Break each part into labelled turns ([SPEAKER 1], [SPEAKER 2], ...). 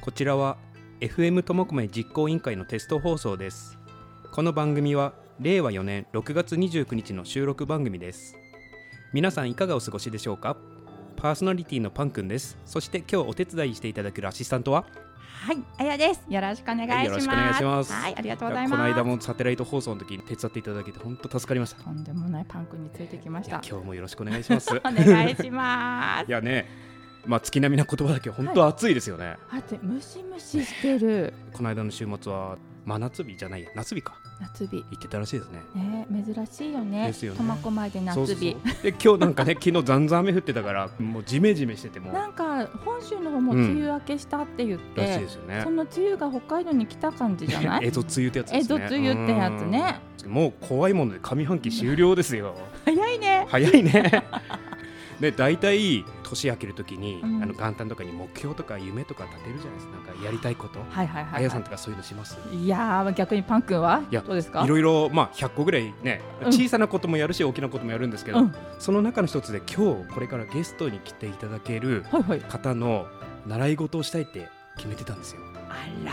[SPEAKER 1] こちらは FM ともこめ実行委員会のテスト放送ですこの番組は令和4年6月29日の収録番組です皆さんいかがお過ごしでしょうかパーソナリティのパンくんですそして今日お手伝いしていただくアシスタントは
[SPEAKER 2] はい、あやです。よろしくお願いします。
[SPEAKER 1] はいよろしくお願いします
[SPEAKER 2] はい、ありがとう
[SPEAKER 1] この
[SPEAKER 2] ございます。
[SPEAKER 1] 間もサテライト放送の時に手伝っていただけて本当助かりましたい
[SPEAKER 2] とんでもないパン君についてきました
[SPEAKER 1] や。今日もよろしくお願いします
[SPEAKER 2] お願いしま
[SPEAKER 1] いやねまあ月並みな言葉だけど本当暑いですよね、
[SPEAKER 2] す。あとムシムシしてる
[SPEAKER 1] この間の週末は真夏日じゃないや夏日か
[SPEAKER 2] 夏日。
[SPEAKER 1] 行ってたらしいですね
[SPEAKER 2] ね、珍しいよね
[SPEAKER 1] ですよ。ね
[SPEAKER 2] 苫小牧で夏
[SPEAKER 1] そ
[SPEAKER 2] 日。
[SPEAKER 1] うそうそうで今日なんかね 昨日ざんざん雨降ってたからもうジメジメしてても
[SPEAKER 2] なんか本州の方も梅雨明けしたって言っ
[SPEAKER 1] らしい
[SPEAKER 2] て
[SPEAKER 1] で、すよね
[SPEAKER 2] その梅雨が北海道に来た感じじ ゃない？
[SPEAKER 1] エゾ梅雨ってやつですね
[SPEAKER 2] エゾ梅雨ってやつね
[SPEAKER 1] うんもう怖いもので上半期終了です よ
[SPEAKER 2] 早いね。
[SPEAKER 1] 早いねで大体年明けるときに、
[SPEAKER 2] うん
[SPEAKER 1] あの元旦とかに目標とか夢とか立てるじゃないですかなんかやりたいこと、
[SPEAKER 2] はいはい
[SPEAKER 1] あ
[SPEAKER 2] はい、
[SPEAKER 1] や
[SPEAKER 2] は
[SPEAKER 1] さんとかそういうのします
[SPEAKER 2] い。いやー逆にパン君はい
[SPEAKER 1] や
[SPEAKER 2] どうですか？
[SPEAKER 1] いろいろまあ100個ぐらいね
[SPEAKER 2] うん
[SPEAKER 1] 小さなこともやるし大きなこともやるんですけど、
[SPEAKER 2] うん
[SPEAKER 1] その中の一つで今日これからゲストに来ていただける
[SPEAKER 2] はいはい。
[SPEAKER 1] 方の習い事をしたいって決めてたんですよ。
[SPEAKER 2] あら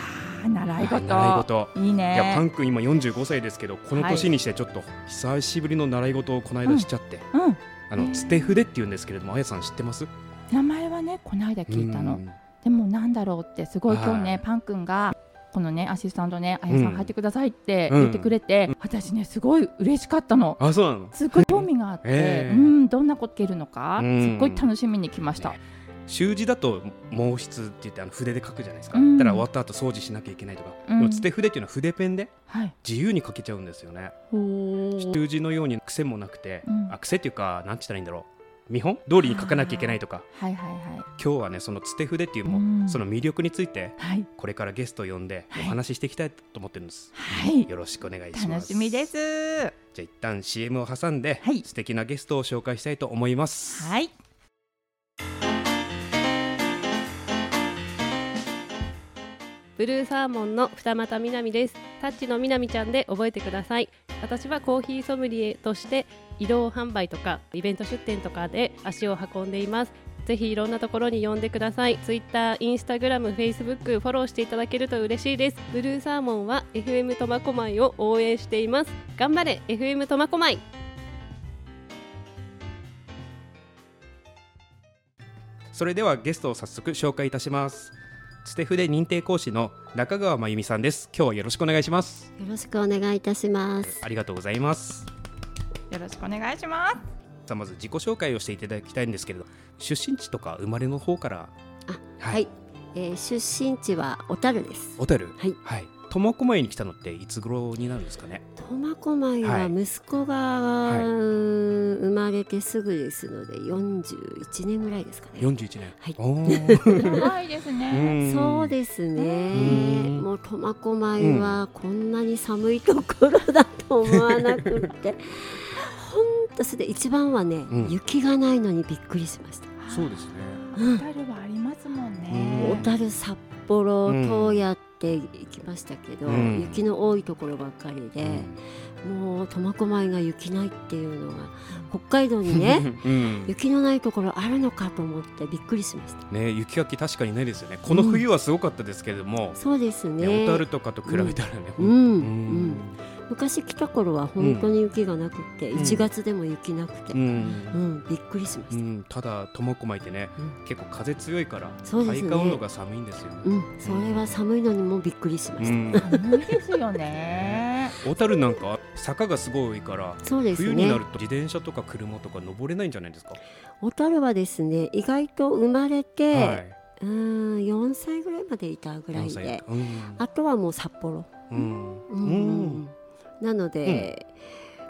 [SPEAKER 2] ー習
[SPEAKER 1] は
[SPEAKER 2] い事。
[SPEAKER 1] い習い事
[SPEAKER 2] いいね。
[SPEAKER 1] いやパン君今45歳ですけどこの年にしてちょっと久しぶりの習い事をこの間しちゃって、
[SPEAKER 2] うん。
[SPEAKER 1] あ
[SPEAKER 2] ね
[SPEAKER 1] のステフでって言うんですけれどもあやさん知ってます
[SPEAKER 2] 名前はねこの間聞いた
[SPEAKER 1] う
[SPEAKER 2] の
[SPEAKER 1] ん
[SPEAKER 2] でもなんだろうってすごい今日ね、
[SPEAKER 1] はい
[SPEAKER 2] パン君がこのねアシスタントねあやさ
[SPEAKER 1] うん
[SPEAKER 2] ん入ってくださいって言ってくれて、私ねすごい嬉しかったの
[SPEAKER 1] あそうなの
[SPEAKER 2] すごい興味があって、
[SPEAKER 1] ええ
[SPEAKER 2] うんどんなこと聞けるのか、
[SPEAKER 1] うん
[SPEAKER 2] すっごい楽しみに来ました、
[SPEAKER 1] ね習字だと毛筆って言ってあの筆で書くじゃないですか、
[SPEAKER 2] うん
[SPEAKER 1] だから終わった後掃除しなきゃいけないとか、
[SPEAKER 2] うん
[SPEAKER 1] でもステフでっていうのは筆ペンで
[SPEAKER 2] はい
[SPEAKER 1] 自由に書けちゃうんですよね
[SPEAKER 2] おー
[SPEAKER 1] 習字のように癖もなくて、
[SPEAKER 2] うん
[SPEAKER 1] あ癖っていうかなんて言ったらいいんだろう見本通りに書かなきゃいけないとか
[SPEAKER 2] はいはいはい
[SPEAKER 1] 今日はねそのつて筆っていうも、
[SPEAKER 2] うん
[SPEAKER 1] その魅力について
[SPEAKER 2] はい
[SPEAKER 1] これからゲストを呼んでお
[SPEAKER 2] はい
[SPEAKER 1] 話ししていきたいと思ってるんです、
[SPEAKER 2] はい
[SPEAKER 1] よろしくお願いします
[SPEAKER 2] 楽しみです
[SPEAKER 1] じゃあ一旦 CM を挟んで、
[SPEAKER 2] はい
[SPEAKER 1] 素敵なゲストを紹介したいと思います、
[SPEAKER 2] はい
[SPEAKER 3] ブルーサーモンの二股みなみですタッチのみなみちゃんで覚えてください私はコーヒーソムリエとして移動販売とかイベント出店とかで足を運んでいますぜひいろんなところに呼んでください Twitter、Instagram、Facebook フォローしていただけると嬉しいですブルーサーモンは FM 苫小牧を応援しています頑張れ FM 苫小牧
[SPEAKER 1] それではゲストを早速紹介いたしますつて筆認定講師の中川真由美さんです今日はよろしくお願いします
[SPEAKER 4] よろしくお願いいたします。
[SPEAKER 1] ありがとうございます
[SPEAKER 2] よろしくお願いします
[SPEAKER 1] さあまず自己紹介をしていただきたいんですけれど出身地とか生まれの方から
[SPEAKER 4] あ
[SPEAKER 1] は
[SPEAKER 4] はい、えー出身地は小樽です。
[SPEAKER 1] 小樽
[SPEAKER 4] はい
[SPEAKER 1] はい苫小牧に来たのっていつ頃になるんですかね
[SPEAKER 4] 苫小牧
[SPEAKER 1] は
[SPEAKER 4] はい息子が、
[SPEAKER 1] い
[SPEAKER 4] 生まれてすぐですので41年ぐらいですかね。
[SPEAKER 1] 41年
[SPEAKER 4] はい
[SPEAKER 1] おー
[SPEAKER 2] 長いです
[SPEAKER 1] う
[SPEAKER 2] ね
[SPEAKER 1] ん
[SPEAKER 4] そうです
[SPEAKER 1] う
[SPEAKER 4] ね。
[SPEAKER 1] ん
[SPEAKER 4] もう苫小牧はこんなに寒いところだと思わなくって、 本当それで一番はね、
[SPEAKER 1] ん
[SPEAKER 4] 雪がないのにびっくりしました。
[SPEAKER 1] そうですね
[SPEAKER 2] 小樽はありますもん
[SPEAKER 1] うん
[SPEAKER 4] 小
[SPEAKER 2] ね
[SPEAKER 4] 樽札幌
[SPEAKER 1] うん
[SPEAKER 4] 洞爺って行きましたけど、
[SPEAKER 1] うん
[SPEAKER 4] 雪の多いところばっかりで、もう苫小牧が雪ないっていうのが北海道 にね
[SPEAKER 1] うん
[SPEAKER 4] 雪のないところあるのかと思ってびっくりしました
[SPEAKER 1] ね雪かき確かにないですよねこの冬はすごかったですけれども
[SPEAKER 4] そうです
[SPEAKER 1] ね
[SPEAKER 4] ね
[SPEAKER 1] 小樽とかと比べたらね
[SPEAKER 4] うん
[SPEAKER 1] 本
[SPEAKER 4] 昔来た頃は本当に雪がなくて、
[SPEAKER 1] うん
[SPEAKER 4] 1月でも雪なくて、
[SPEAKER 1] 当う
[SPEAKER 4] うん
[SPEAKER 1] ん
[SPEAKER 4] びっくりしまし
[SPEAKER 1] う
[SPEAKER 4] た、
[SPEAKER 1] んただ苫小牧ってね
[SPEAKER 4] うん
[SPEAKER 1] 結構風強いから
[SPEAKER 4] そうです
[SPEAKER 1] 体
[SPEAKER 4] ね
[SPEAKER 1] 感温度が寒いんですよね
[SPEAKER 4] うんそれは寒いのにもびっくりしまし
[SPEAKER 1] う
[SPEAKER 4] た、
[SPEAKER 1] ん
[SPEAKER 2] 寒いですよね
[SPEAKER 1] 小樽なんか坂がすごい多いから
[SPEAKER 4] そうですね
[SPEAKER 1] 冬になると自転車とか車とか登れないんじゃないですか
[SPEAKER 4] 小樽はですね意外と生まれて、
[SPEAKER 1] はい。
[SPEAKER 4] うーん4歳ぐらいまでいたぐらい
[SPEAKER 1] 4歳
[SPEAKER 4] で
[SPEAKER 1] うん
[SPEAKER 4] あとはもう札幌、
[SPEAKER 1] うん
[SPEAKER 4] うんなので、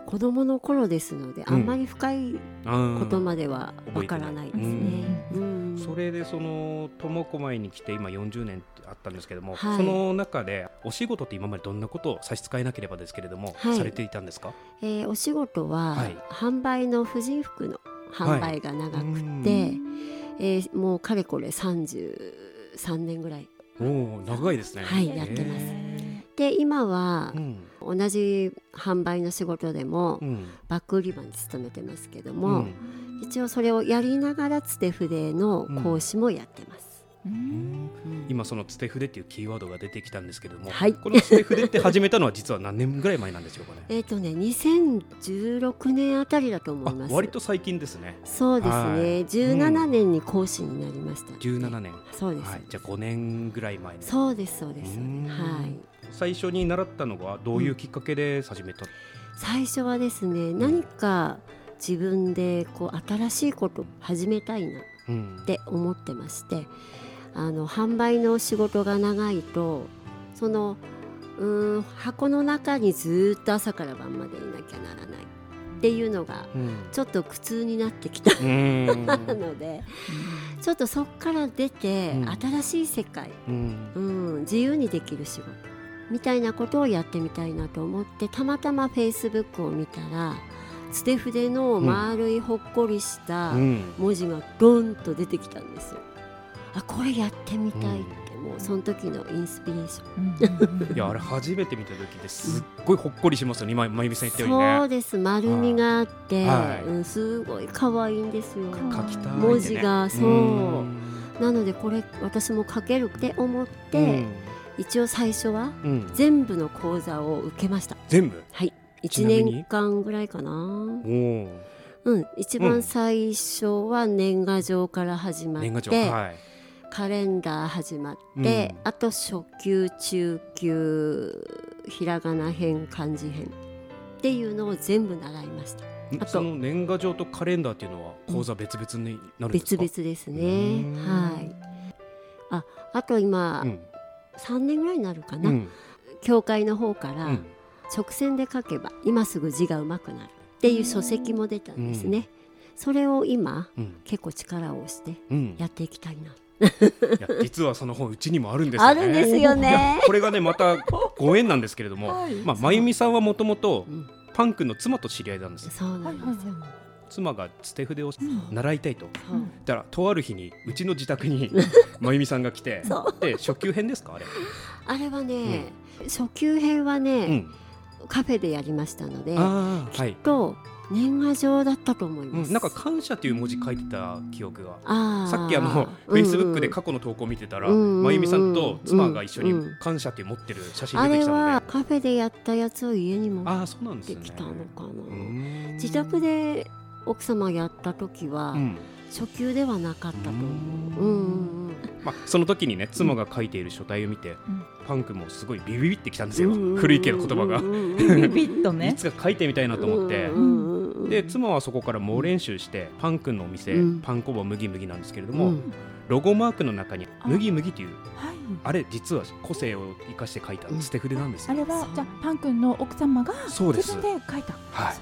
[SPEAKER 4] 子供の頃ですので
[SPEAKER 1] ん
[SPEAKER 4] あんまり深い
[SPEAKER 1] あー
[SPEAKER 4] ことまではわからないですね。
[SPEAKER 2] う
[SPEAKER 4] うん
[SPEAKER 1] それでその苫小牧に来て今40年ってあったんですけども、
[SPEAKER 4] はい
[SPEAKER 1] その中でお仕事って今までどんなことを差し支えなければですけれども、
[SPEAKER 4] はい
[SPEAKER 1] されていたんですか
[SPEAKER 4] えーお仕事は、
[SPEAKER 1] はい
[SPEAKER 4] 販売の婦人服の販売が長くて、えーもうかれこれ33年ぐらい
[SPEAKER 1] おお長いですね
[SPEAKER 4] はいやってます
[SPEAKER 1] へ
[SPEAKER 4] で今は
[SPEAKER 1] ーうん
[SPEAKER 4] 同じ販売の仕事でも、
[SPEAKER 1] うん
[SPEAKER 4] バック売り場に勤めてますけど
[SPEAKER 1] う
[SPEAKER 4] も、
[SPEAKER 1] ん
[SPEAKER 4] 一応それをやりながらつて筆の講師もやってます。
[SPEAKER 2] うん
[SPEAKER 1] 今その「つて筆」っていうキーワードが出てきたんですけれども、
[SPEAKER 4] はい
[SPEAKER 1] この「つて筆」って始めたのは実は何年ぐらい前なんでしょうかね。
[SPEAKER 4] えっ、とね2016年あたりだと思
[SPEAKER 1] あ
[SPEAKER 4] います
[SPEAKER 1] 割と最近ですね
[SPEAKER 4] そうですね、
[SPEAKER 1] はい
[SPEAKER 4] 17年に講師になりました、
[SPEAKER 1] 17年、
[SPEAKER 4] そうです、
[SPEAKER 1] はい、じゃあ5年ぐらい前に
[SPEAKER 4] そうですそうです
[SPEAKER 1] うーん
[SPEAKER 4] はい
[SPEAKER 1] 最初に習ったのがどういうきっかけで始めた、
[SPEAKER 4] 最初はですね何か自分でこう新しいことを始めたいなっ
[SPEAKER 1] うん
[SPEAKER 4] て思ってましてあの販売の仕事が長いとそのうーん箱の中にずーっと朝から晩までいなきゃならないっていうのが
[SPEAKER 1] うん
[SPEAKER 4] ちょっと苦痛になってきた
[SPEAKER 1] うん
[SPEAKER 4] のでちょっとそっから出て、
[SPEAKER 1] うん
[SPEAKER 4] 新しい世界、
[SPEAKER 1] うん
[SPEAKER 4] うん、自由にできる仕事みたいなことをやってみたいなと思ってたまたまフェイスブックを見たらつて筆の丸いほっこりした
[SPEAKER 1] うん
[SPEAKER 4] 文字がドンと出てきたんですよ。あこれやってみたいって、もうその時のインスピレーション。
[SPEAKER 1] いやあれ初めて見た時ですっごいほっこりしますよね今まゆみさん言ったよ
[SPEAKER 4] そううです丸みがあって、
[SPEAKER 1] はい
[SPEAKER 4] うん、すごい可愛いんですよ。
[SPEAKER 1] にね書きたいってね
[SPEAKER 4] 文字がそうんなのでこれ私も書けるって思って、一応最初は
[SPEAKER 1] うんうん
[SPEAKER 4] 全部の講座を受けました。
[SPEAKER 1] 全部ち
[SPEAKER 4] 1
[SPEAKER 1] なみに
[SPEAKER 4] 年間ぐらいかな
[SPEAKER 1] おー
[SPEAKER 4] うん一
[SPEAKER 1] うん
[SPEAKER 4] 番最初は年賀状から始まって、
[SPEAKER 1] 年賀状はい
[SPEAKER 4] カレンダー始まって、
[SPEAKER 1] うん
[SPEAKER 4] あと初級中級ひらがな編漢字編っていうのを全部習いましたあと
[SPEAKER 1] その年賀状とカレンダーっていうのは講座別々になるんです
[SPEAKER 4] 別
[SPEAKER 1] か
[SPEAKER 4] 々ですね
[SPEAKER 1] うん
[SPEAKER 4] はいああと今、
[SPEAKER 1] うん
[SPEAKER 4] 3年ぐらいになるか
[SPEAKER 1] う
[SPEAKER 4] な、
[SPEAKER 1] ん
[SPEAKER 4] 教会の方か
[SPEAKER 1] う
[SPEAKER 4] ら
[SPEAKER 1] ん
[SPEAKER 4] 直線で書けば今すぐ字がうまくなるっていう書籍も出たんですね、それを今
[SPEAKER 1] うん
[SPEAKER 4] 結構力をして
[SPEAKER 1] うん
[SPEAKER 4] やっていきたいな。
[SPEAKER 1] いや実はその本うちにもあるんですよ
[SPEAKER 4] あ
[SPEAKER 1] ね
[SPEAKER 4] るんですよ
[SPEAKER 1] いや
[SPEAKER 4] ね。
[SPEAKER 1] これがねまたご縁なんですけれども、 まあ、真由美さんはもともと
[SPEAKER 4] うん
[SPEAKER 1] パン君の妻と知り合いなんですよ
[SPEAKER 4] そうなんですよ。
[SPEAKER 1] 妻が捨て筆を
[SPEAKER 2] ん
[SPEAKER 1] 習いたいと
[SPEAKER 4] そう
[SPEAKER 1] だからとある日にうちの自宅 に真由美さんが来て
[SPEAKER 4] そ
[SPEAKER 1] で初級編ですかあれ、
[SPEAKER 4] あれはね、初級編は
[SPEAKER 1] う
[SPEAKER 4] ね、
[SPEAKER 1] ん、
[SPEAKER 4] カフェでやりましたので、
[SPEAKER 1] ああはい、
[SPEAKER 4] と年賀状だったと思いうます。
[SPEAKER 1] ん、なんか「感謝」という文字書いてた記憶が
[SPEAKER 4] あー
[SPEAKER 1] さっきあのフェイスブックで過去の投稿を見てたら、
[SPEAKER 4] うんうん
[SPEAKER 1] 真由美さんと妻が一緒に
[SPEAKER 4] うんうん
[SPEAKER 1] 感謝って持ってる写真
[SPEAKER 4] あ
[SPEAKER 1] 出て
[SPEAKER 4] れ
[SPEAKER 1] きたので、
[SPEAKER 4] はカフェでやったやつを家に持っ
[SPEAKER 1] ああそうなんです
[SPEAKER 4] て
[SPEAKER 1] ね
[SPEAKER 4] きたのかな。
[SPEAKER 1] うーん
[SPEAKER 4] 自宅で奥様やった時は、
[SPEAKER 1] うん
[SPEAKER 4] 初級ではなかったと思う。
[SPEAKER 1] う
[SPEAKER 4] うんんうんうん。
[SPEAKER 1] まあ、その時にね妻が書いている書体を見て、パンクもすごいビビビってきたんですよ、
[SPEAKER 4] うんうんうん
[SPEAKER 1] 古いけど言葉が、
[SPEAKER 2] ビビッと
[SPEAKER 1] い
[SPEAKER 2] ね
[SPEAKER 1] つか書いてみたいなと思って、
[SPEAKER 4] うんうんうんうん
[SPEAKER 1] で妻はそこから猛練習して、パン君のお店、
[SPEAKER 4] うん
[SPEAKER 1] パン工房麦麦なんですけれど
[SPEAKER 4] う
[SPEAKER 1] も、
[SPEAKER 4] ん
[SPEAKER 1] ロゴマークの中に
[SPEAKER 2] あ
[SPEAKER 1] 麦麦という
[SPEAKER 2] はい
[SPEAKER 1] あれ実は個性を生かして書いた
[SPEAKER 4] うん
[SPEAKER 1] 捨て筆なんです
[SPEAKER 2] あ
[SPEAKER 1] よ、
[SPEAKER 2] れはじゃあパン君の奥様が
[SPEAKER 1] そうです
[SPEAKER 2] 自分で書いた
[SPEAKER 1] はい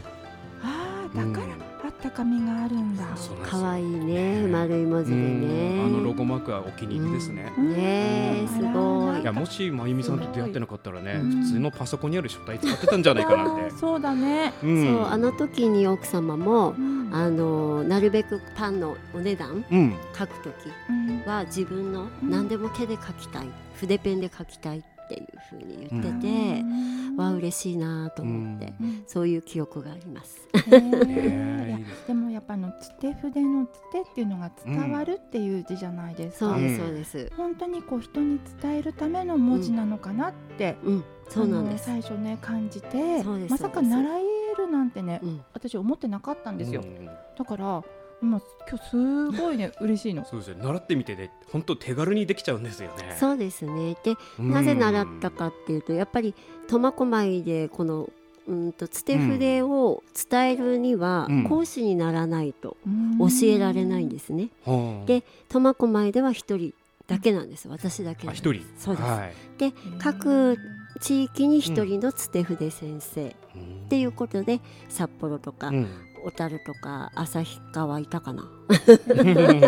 [SPEAKER 2] あ
[SPEAKER 1] う
[SPEAKER 2] ー
[SPEAKER 1] ん
[SPEAKER 2] だからあったかみがあるんだ
[SPEAKER 1] そうなんですよ
[SPEAKER 4] 可愛いね、丸い文字で
[SPEAKER 1] う
[SPEAKER 4] ね。
[SPEAKER 1] んあのロゴマークはお気に入りですね、
[SPEAKER 4] うんねえ、すご
[SPEAKER 2] うん
[SPEAKER 1] いや
[SPEAKER 4] い。
[SPEAKER 1] もし真由美さんと出会ってなかったらね、
[SPEAKER 2] うん
[SPEAKER 1] 普通のパソコンにある書体使ってたんじゃないかなって
[SPEAKER 2] あーそうだね
[SPEAKER 1] うん
[SPEAKER 4] そう、あの時に奥様も
[SPEAKER 2] う、ん
[SPEAKER 4] あの、なるべくパンのお値段
[SPEAKER 1] うん
[SPEAKER 4] 書く時
[SPEAKER 2] うん
[SPEAKER 4] は自分の
[SPEAKER 2] うん
[SPEAKER 4] 何でも手で書きたい、筆ペンで書きたいっていうふうに言って
[SPEAKER 2] う
[SPEAKER 4] て、
[SPEAKER 2] ん
[SPEAKER 4] わあ、嬉しいなと思って、
[SPEAKER 2] うん
[SPEAKER 4] そういう記憶があります。
[SPEAKER 1] ねえ
[SPEAKER 2] ね
[SPEAKER 1] いい
[SPEAKER 2] え
[SPEAKER 1] です
[SPEAKER 2] でもやっぱあのつて筆のつてっていうのが伝わるっていう字じゃないですか、
[SPEAKER 4] そうで
[SPEAKER 1] うん
[SPEAKER 4] す、そうです。
[SPEAKER 2] 本当にこう人に伝えるための文字なのかなって、
[SPEAKER 4] うん、そうなんです
[SPEAKER 2] あ。の最初ね感じて
[SPEAKER 4] そうです
[SPEAKER 2] まさか習えるなんてね、
[SPEAKER 4] うん
[SPEAKER 2] 私思ってなかったんですよ、
[SPEAKER 1] うん
[SPEAKER 2] だから今今日すご いね嬉しいの
[SPEAKER 1] そうですよ習ってみてね本当手軽にできちゃうんですよね
[SPEAKER 4] そうですね。で、
[SPEAKER 1] うん
[SPEAKER 4] なぜ習ったかっていうとやっぱり苫小牧でこのうんとつて筆を伝えるには
[SPEAKER 1] うん
[SPEAKER 4] 講師にならないと教
[SPEAKER 2] 教
[SPEAKER 4] えられないんですね。
[SPEAKER 1] はあ
[SPEAKER 4] で苫小牧では一人だけなんです私だけ
[SPEAKER 1] あ
[SPEAKER 4] なんです
[SPEAKER 1] 一人
[SPEAKER 4] そうです、
[SPEAKER 1] はい
[SPEAKER 4] で各地域に一人のつて筆先生っ
[SPEAKER 1] って
[SPEAKER 4] いうことで札幌とか
[SPEAKER 1] うん
[SPEAKER 4] 小樽とか旭川いたかな
[SPEAKER 2] 各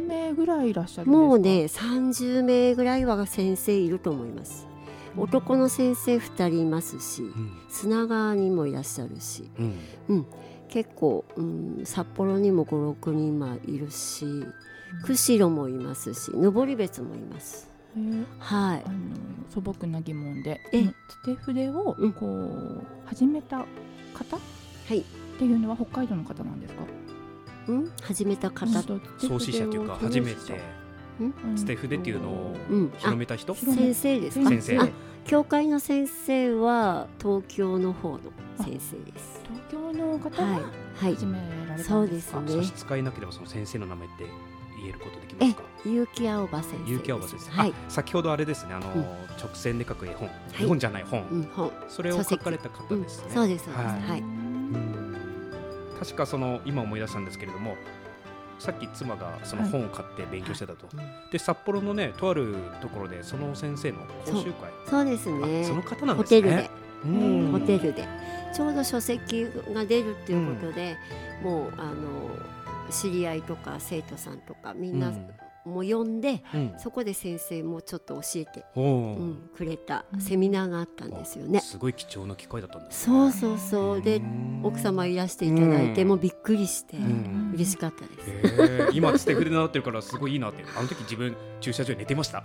[SPEAKER 2] 何名ぐらいいらっしゃるんですか
[SPEAKER 4] もうね30名ぐらいは先生いると思います。男の先生2人いますし、
[SPEAKER 1] うん
[SPEAKER 4] 砂川にもいらっしゃるし
[SPEAKER 1] うん
[SPEAKER 4] 結構、うん、札幌にも56人今いるし釧路もいますし登別もいます
[SPEAKER 2] えー
[SPEAKER 4] はい
[SPEAKER 2] あの素朴な疑問で
[SPEAKER 4] ええ
[SPEAKER 2] つて筆を
[SPEAKER 4] うん
[SPEAKER 2] こう始めた方、
[SPEAKER 4] はい
[SPEAKER 2] っていうのは北海道の方なんですか
[SPEAKER 4] うん始めた方
[SPEAKER 2] と
[SPEAKER 1] 創始者というか初めて
[SPEAKER 4] う
[SPEAKER 2] うん
[SPEAKER 1] ステフデっていうのを
[SPEAKER 4] うん、あ
[SPEAKER 1] 広めた人、
[SPEAKER 2] 広め
[SPEAKER 4] 先生ですか
[SPEAKER 1] 先生
[SPEAKER 4] あ教会の先生は東京の方の先生です
[SPEAKER 2] 東京の方
[SPEAKER 4] はい
[SPEAKER 2] が
[SPEAKER 4] はい
[SPEAKER 2] 始められた
[SPEAKER 4] そうん
[SPEAKER 2] で
[SPEAKER 4] ですす
[SPEAKER 2] か、
[SPEAKER 1] あ
[SPEAKER 4] ね
[SPEAKER 1] 差し支えなければその先生の名前って言えることできますか
[SPEAKER 4] 結城青葉先生
[SPEAKER 1] 結城青葉先生、
[SPEAKER 4] はい、
[SPEAKER 1] あ先ほどあれですねあのー、
[SPEAKER 4] うん
[SPEAKER 1] 直線で書く絵本、絵本じゃない本、
[SPEAKER 4] うん、本
[SPEAKER 1] それを書かれた方
[SPEAKER 4] うん、
[SPEAKER 1] です
[SPEAKER 4] そ
[SPEAKER 1] ね、
[SPEAKER 4] うですそう
[SPEAKER 1] は
[SPEAKER 4] です
[SPEAKER 1] い
[SPEAKER 4] は
[SPEAKER 2] う
[SPEAKER 4] い
[SPEAKER 1] うんん確かその今思い出したんですけれどもさっき妻がその
[SPEAKER 2] はい
[SPEAKER 1] 本を買って勉強してたと、
[SPEAKER 4] はい
[SPEAKER 1] で札幌のねとあるところでその先生の講習会
[SPEAKER 4] そうです
[SPEAKER 1] そ,、あその
[SPEAKER 4] ね
[SPEAKER 1] 方なん
[SPEAKER 4] ホ
[SPEAKER 1] です
[SPEAKER 4] テル
[SPEAKER 1] ね
[SPEAKER 4] で
[SPEAKER 1] うん
[SPEAKER 4] ホテルでちょうど書籍が出るっていうことで、もうあの知り合いとか生徒さんとかみんなもう呼んで、
[SPEAKER 1] うん
[SPEAKER 4] そこで先生もちょっと教えて、
[SPEAKER 1] おー
[SPEAKER 4] うん、くれたセミナーがあったんですよね。
[SPEAKER 1] すごい貴重な機会だったんですね
[SPEAKER 4] そうそうそうで奥様いらしていただいて、
[SPEAKER 1] うん
[SPEAKER 4] もうびっくりして、
[SPEAKER 1] ん
[SPEAKER 4] 嬉しかったです。
[SPEAKER 1] へー今ステフで治ってるからすごいいいなってあの時自分駐車場に寝てました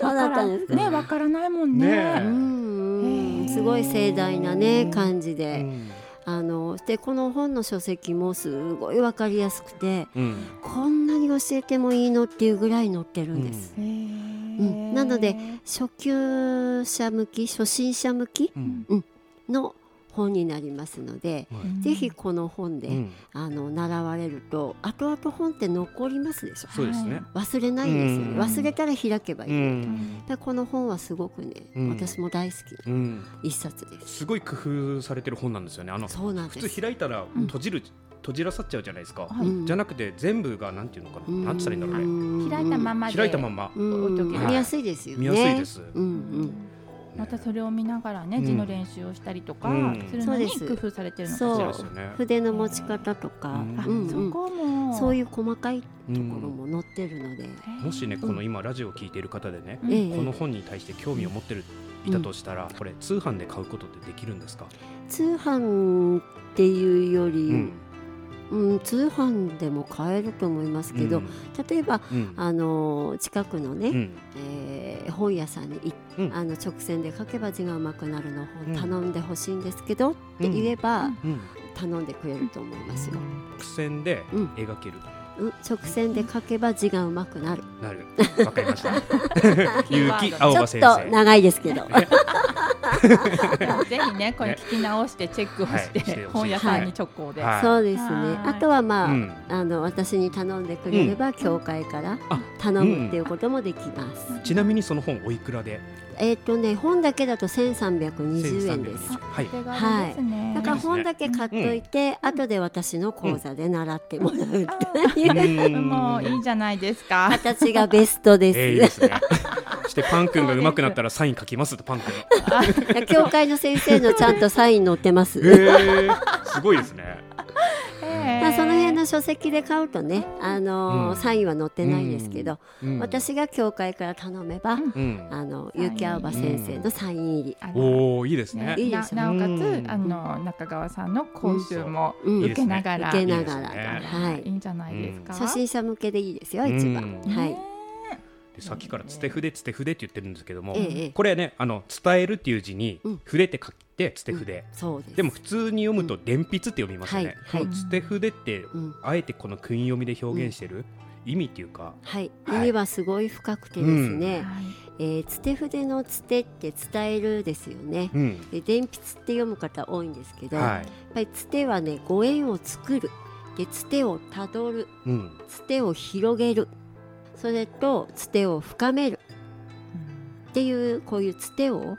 [SPEAKER 4] そうだったんですか
[SPEAKER 2] ねわからないもんね
[SPEAKER 4] う
[SPEAKER 1] ね
[SPEAKER 2] へ
[SPEAKER 4] んうん、
[SPEAKER 2] ー
[SPEAKER 4] すごい盛大な
[SPEAKER 1] う
[SPEAKER 4] ね
[SPEAKER 1] ん
[SPEAKER 4] 感じ
[SPEAKER 1] う
[SPEAKER 4] で、
[SPEAKER 1] ん
[SPEAKER 4] あのでこの本の書籍もすごいわかりやすくて、
[SPEAKER 1] うん
[SPEAKER 4] こんなに教えてもいいのっていうぐらい載ってるんです。
[SPEAKER 2] へ
[SPEAKER 4] う
[SPEAKER 2] ー
[SPEAKER 4] んなので初級者向き初心者向き
[SPEAKER 1] うん
[SPEAKER 4] の本になりますので、
[SPEAKER 1] は
[SPEAKER 2] うん
[SPEAKER 4] ぜひこの本で、
[SPEAKER 1] い
[SPEAKER 4] あの習われると後々本って残りますでしょ
[SPEAKER 1] そうですね
[SPEAKER 4] 忘れないんですよね、
[SPEAKER 1] うん
[SPEAKER 4] 忘れたら開けばいい、
[SPEAKER 1] う
[SPEAKER 4] だ
[SPEAKER 1] ん
[SPEAKER 4] からこの本はすごくね、
[SPEAKER 1] うん
[SPEAKER 4] 私も大好きな
[SPEAKER 1] うん
[SPEAKER 4] 一冊です
[SPEAKER 1] すごい工夫されてる本なんですよねあの
[SPEAKER 4] そうなんで
[SPEAKER 1] 普
[SPEAKER 4] す
[SPEAKER 1] 通開いたら
[SPEAKER 2] ん
[SPEAKER 1] 閉じる閉じらさっちゃうじゃないですか
[SPEAKER 2] はい
[SPEAKER 1] じゃなくて全部がなんていうのかななんて言ったらいいんだろうね
[SPEAKER 4] ん
[SPEAKER 2] 開いたままで
[SPEAKER 1] 開いたまんま
[SPEAKER 4] うん
[SPEAKER 2] 置いとけば
[SPEAKER 4] 見やすいですよね
[SPEAKER 1] 見やすいです
[SPEAKER 4] うん
[SPEAKER 2] またそれを見ながらね、
[SPEAKER 1] うん
[SPEAKER 2] 字の練習をしたりとか
[SPEAKER 1] うん
[SPEAKER 2] するのに
[SPEAKER 4] そうです
[SPEAKER 2] 工夫されてるのかし
[SPEAKER 1] そう
[SPEAKER 4] そ
[SPEAKER 1] う
[SPEAKER 2] ら
[SPEAKER 1] ですよね
[SPEAKER 4] うん筆の持ち方とか、
[SPEAKER 1] うん
[SPEAKER 2] あ、
[SPEAKER 4] うんうん
[SPEAKER 2] そこも
[SPEAKER 4] そう
[SPEAKER 2] う
[SPEAKER 4] いう細かいとこ
[SPEAKER 1] うん
[SPEAKER 4] ろも載ってるので、
[SPEAKER 1] もしねこの今ラジオを聞いている方でね
[SPEAKER 2] うん
[SPEAKER 4] ええ
[SPEAKER 1] この本に対して興味を持ってるいたとしたらこれ通販で買うことってできるんですか
[SPEAKER 4] 通販っていうより、
[SPEAKER 1] うん
[SPEAKER 4] うん、通販でも買えると思いますけど、
[SPEAKER 1] うん
[SPEAKER 4] 例えば
[SPEAKER 1] うん
[SPEAKER 4] あの近くのね、
[SPEAKER 1] うん
[SPEAKER 4] えー本屋さんに行って、
[SPEAKER 1] うん
[SPEAKER 4] あの直線で書けば字がうまくなるの
[SPEAKER 1] うん
[SPEAKER 4] 本頼んでほしいんですけど、って言えば、
[SPEAKER 2] うん
[SPEAKER 1] うん
[SPEAKER 4] 頼んでくれると思いますよ、
[SPEAKER 1] 苦戦で
[SPEAKER 4] うん
[SPEAKER 1] 描ける
[SPEAKER 4] うん直線で書けば字がうまくなる
[SPEAKER 1] なるわかりま した結城青葉
[SPEAKER 4] ちょ
[SPEAKER 1] 先
[SPEAKER 4] っ
[SPEAKER 1] 生
[SPEAKER 4] と長いですけど
[SPEAKER 2] ぜひねこれ
[SPEAKER 1] ね
[SPEAKER 2] 聞き直してチェックをして,、
[SPEAKER 1] はいしてほしい
[SPEAKER 2] 本屋さんに直行で、
[SPEAKER 1] はい
[SPEAKER 4] そうですね
[SPEAKER 2] はい
[SPEAKER 4] あとはまあ、
[SPEAKER 1] うん
[SPEAKER 4] あの私に頼んでくれれば、教会から
[SPEAKER 1] あ
[SPEAKER 4] 頼むっていうこともできます、
[SPEAKER 1] ちなみにその本おいくらで
[SPEAKER 4] えっ、とね本だけだと1320円です
[SPEAKER 1] 1320はい
[SPEAKER 2] お手軽ですね、
[SPEAKER 4] だから
[SPEAKER 1] ほ
[SPEAKER 4] 本だけ買っといて、後で私の講座で習ってもらうっていう、
[SPEAKER 2] もういいじゃないですか
[SPEAKER 4] 形がベストで。
[SPEAKER 1] えーいいですすね。そしてパン君が上手くなったらサイン書きますってパン君。
[SPEAKER 4] 教会の先生のちゃんとサイン載ってます。
[SPEAKER 1] えー、すごいですね。
[SPEAKER 4] まあ、その辺
[SPEAKER 2] の
[SPEAKER 4] の書籍で買うとね、あのー
[SPEAKER 1] うん
[SPEAKER 4] サインは載ってないですけど、
[SPEAKER 1] うん、
[SPEAKER 4] 私が教会から頼めば、
[SPEAKER 1] うん。
[SPEAKER 4] あの
[SPEAKER 2] サイン
[SPEAKER 4] 結城青葉先生のサイン入り、
[SPEAKER 2] あの
[SPEAKER 1] おおいいですね。
[SPEAKER 2] ね
[SPEAKER 4] いい
[SPEAKER 2] な
[SPEAKER 4] ですね
[SPEAKER 2] なおか
[SPEAKER 1] うん
[SPEAKER 2] つあの中川さんの講習も
[SPEAKER 4] うん
[SPEAKER 1] いいで
[SPEAKER 2] 受け
[SPEAKER 1] すね
[SPEAKER 2] ながら、
[SPEAKER 4] 受けなが
[SPEAKER 1] い
[SPEAKER 4] ら
[SPEAKER 1] いですね
[SPEAKER 4] はい
[SPEAKER 2] い
[SPEAKER 4] い、
[SPEAKER 2] いんじゃないですか、
[SPEAKER 4] 初心者向けでいいですよ、
[SPEAKER 1] うん
[SPEAKER 4] 一番、
[SPEAKER 1] うん
[SPEAKER 4] はい、
[SPEAKER 2] ね
[SPEAKER 1] でさっきからつて筆つて筆って言ってるんですけども、
[SPEAKER 4] ええ
[SPEAKER 1] これねあの伝えるっていう字に
[SPEAKER 4] うん
[SPEAKER 1] 筆って書いてつて筆。
[SPEAKER 4] そうです。
[SPEAKER 1] でも普通に読むと伝筆って読みますよね。
[SPEAKER 4] はいは
[SPEAKER 1] こ
[SPEAKER 4] い
[SPEAKER 1] のつて筆って
[SPEAKER 4] うん、
[SPEAKER 1] あえてこの訓読みで表現してる意味っていうか。
[SPEAKER 4] はい、意
[SPEAKER 1] はい
[SPEAKER 4] 味はすごい深くてです
[SPEAKER 2] は
[SPEAKER 4] ね、
[SPEAKER 2] い
[SPEAKER 4] えーつて筆のつてって伝えるですよね。
[SPEAKER 1] うん。
[SPEAKER 4] で伝筆って読む方多いんですけど、
[SPEAKER 1] は
[SPEAKER 4] やっぱりつてはねご縁を作るでつてをたどる
[SPEAKER 1] い。うん。
[SPEAKER 4] つてを広げるそれとつてを深めるっていうこういうつてを、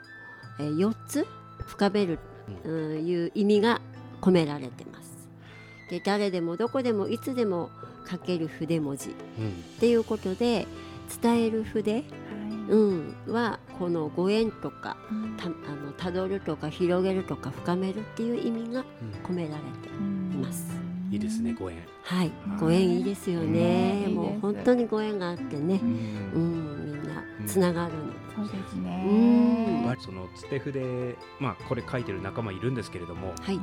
[SPEAKER 4] えー、4つ深める、うん、いう意味が込められてます。で誰でもどこでもいつでも書ける筆文字っ
[SPEAKER 1] うん。
[SPEAKER 4] ていうことで伝える筆、
[SPEAKER 2] うん
[SPEAKER 4] うん、はこのご縁とか
[SPEAKER 2] うん
[SPEAKER 4] たあのたどるとか広げるとか深めるっていう意味が込められています。
[SPEAKER 1] いいですねご縁。
[SPEAKER 4] はい
[SPEAKER 1] うん、。
[SPEAKER 4] ご縁いいですよね。
[SPEAKER 2] うん
[SPEAKER 4] もう本当にご縁があってね
[SPEAKER 2] う、
[SPEAKER 4] うんん、みんなつながるの。
[SPEAKER 2] そうです
[SPEAKER 4] うん
[SPEAKER 2] ね
[SPEAKER 1] そのつて筆まあこれ書いてる仲間いるんですけれども。
[SPEAKER 4] はい、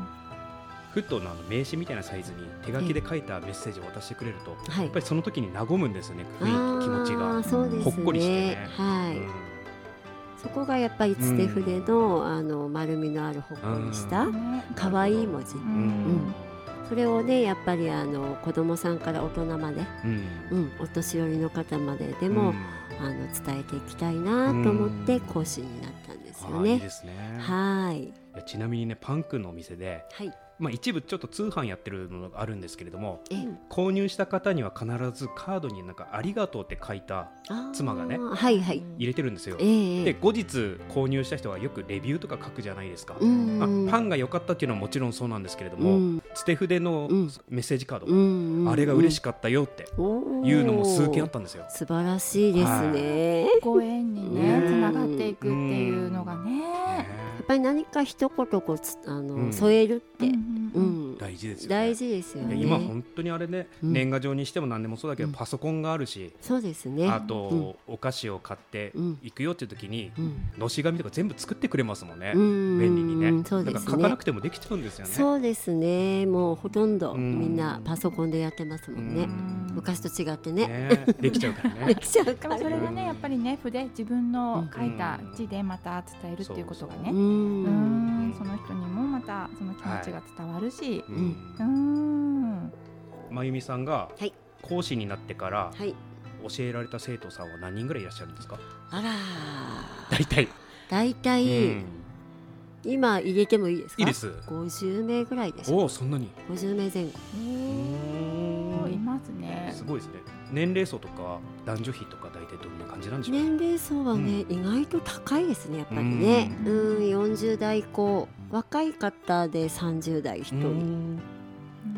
[SPEAKER 1] フットのあの名刺みたいなサイズに手書きで書いたメッセージを渡してくれると、や
[SPEAKER 4] はい
[SPEAKER 1] っぱ。りその時に和むんですよね、
[SPEAKER 4] あ
[SPEAKER 1] 雰囲気、気持ち
[SPEAKER 4] ー
[SPEAKER 1] が。
[SPEAKER 4] そうですね。
[SPEAKER 1] ほっこりしてね
[SPEAKER 4] はい、そこがやっぱりつて筆の、あの丸みのあるほっこりした
[SPEAKER 2] ね
[SPEAKER 4] 可愛い文字、
[SPEAKER 1] うん
[SPEAKER 4] うんそれをねやっぱりあの子供さんから大人まで、
[SPEAKER 1] うん
[SPEAKER 4] うん、お年寄りの方まででも、あの伝えていきたいなと思って
[SPEAKER 1] うん
[SPEAKER 4] 講師になったんですよ
[SPEAKER 1] ああいい
[SPEAKER 4] ね
[SPEAKER 1] で。すね
[SPEAKER 4] はい
[SPEAKER 1] いやちなみにねパン君のお店で、
[SPEAKER 4] はい
[SPEAKER 1] まあ、一部ちょっと通販やってるのがあるんですけれども
[SPEAKER 4] え
[SPEAKER 1] 購入した方には必ずカードになんか「ありがとう」って書いた
[SPEAKER 4] あー
[SPEAKER 1] 妻がね
[SPEAKER 4] はいはい
[SPEAKER 1] 入れてるんですよ
[SPEAKER 4] え。え
[SPEAKER 1] で後日購入した人はよくレビューとか書くじゃないですか。
[SPEAKER 4] うん
[SPEAKER 1] まあ、パン
[SPEAKER 4] が
[SPEAKER 1] が良かったっていうのはもちろんそうなんですけれど
[SPEAKER 4] う
[SPEAKER 1] も、
[SPEAKER 4] ん
[SPEAKER 1] 捨て筆の
[SPEAKER 4] うん
[SPEAKER 1] メッセージカード、
[SPEAKER 4] うん
[SPEAKER 1] あれが嬉し
[SPEAKER 4] く
[SPEAKER 1] かったよってい
[SPEAKER 4] 言
[SPEAKER 1] うのも数件あったんですよ。
[SPEAKER 4] 素晴らしいですね。
[SPEAKER 2] ご縁に
[SPEAKER 4] う
[SPEAKER 2] ね
[SPEAKER 4] ん
[SPEAKER 2] つながっていくっていうのがね。
[SPEAKER 4] やっぱり何か一言こうつあの、
[SPEAKER 1] うん
[SPEAKER 4] 添えるって、うん
[SPEAKER 2] うん
[SPEAKER 1] 大事ですよね。
[SPEAKER 4] 大事ですよ
[SPEAKER 1] いや
[SPEAKER 4] ね。
[SPEAKER 1] 今本当にあれね、
[SPEAKER 4] うん
[SPEAKER 1] 年賀状にしても何でもそうだけど、
[SPEAKER 4] うん
[SPEAKER 1] パソコンがあるし、
[SPEAKER 4] そうですね。
[SPEAKER 1] あと、お菓子を買って
[SPEAKER 4] うん
[SPEAKER 1] 行くよっていう時に、
[SPEAKER 4] うん
[SPEAKER 1] のし紙とか全部作ってくれますもんね、
[SPEAKER 4] うん
[SPEAKER 1] 便利にね
[SPEAKER 4] そうで
[SPEAKER 1] なん
[SPEAKER 4] す
[SPEAKER 1] か
[SPEAKER 4] ね。
[SPEAKER 1] 書かなくてもできちゃうんですよね
[SPEAKER 4] そうですね。もうほとんど
[SPEAKER 1] うん
[SPEAKER 4] みんなパソコンでやってますもんね。
[SPEAKER 1] うん
[SPEAKER 4] 昔と違ってね。
[SPEAKER 1] ねできちゃうから
[SPEAKER 4] で
[SPEAKER 1] ね
[SPEAKER 4] きちゃう
[SPEAKER 2] で
[SPEAKER 4] か
[SPEAKER 2] も
[SPEAKER 4] ら。
[SPEAKER 2] それがねやっぱりね筆自分の書いた
[SPEAKER 1] うん
[SPEAKER 2] 字でまた伝えるっていうことが
[SPEAKER 4] う
[SPEAKER 2] ねうー
[SPEAKER 4] ん。
[SPEAKER 2] んその人にもまたその気持ちが伝わるし
[SPEAKER 1] う
[SPEAKER 4] うんん
[SPEAKER 2] うーん
[SPEAKER 1] まゆみさんが
[SPEAKER 4] はい
[SPEAKER 1] 講師になってから
[SPEAKER 4] はい。
[SPEAKER 1] 教えられた生徒さんは何人ぐらいいらっしゃるんですか
[SPEAKER 4] あら
[SPEAKER 1] 大体、
[SPEAKER 4] だいた
[SPEAKER 1] う
[SPEAKER 4] い
[SPEAKER 1] ん
[SPEAKER 4] 今入れてもいいですか？
[SPEAKER 1] いいです
[SPEAKER 4] 50名ぐらいでしょ。
[SPEAKER 1] おおそんなに
[SPEAKER 4] 50名前後。
[SPEAKER 2] おーいますね
[SPEAKER 1] すごいですね年齢層とか男女比とか大体どんな感じなんでしょう
[SPEAKER 4] 年齢層はね、意外と高いですねやっぱりね
[SPEAKER 2] う
[SPEAKER 4] うんん40代以降若い方で30代1人、
[SPEAKER 1] う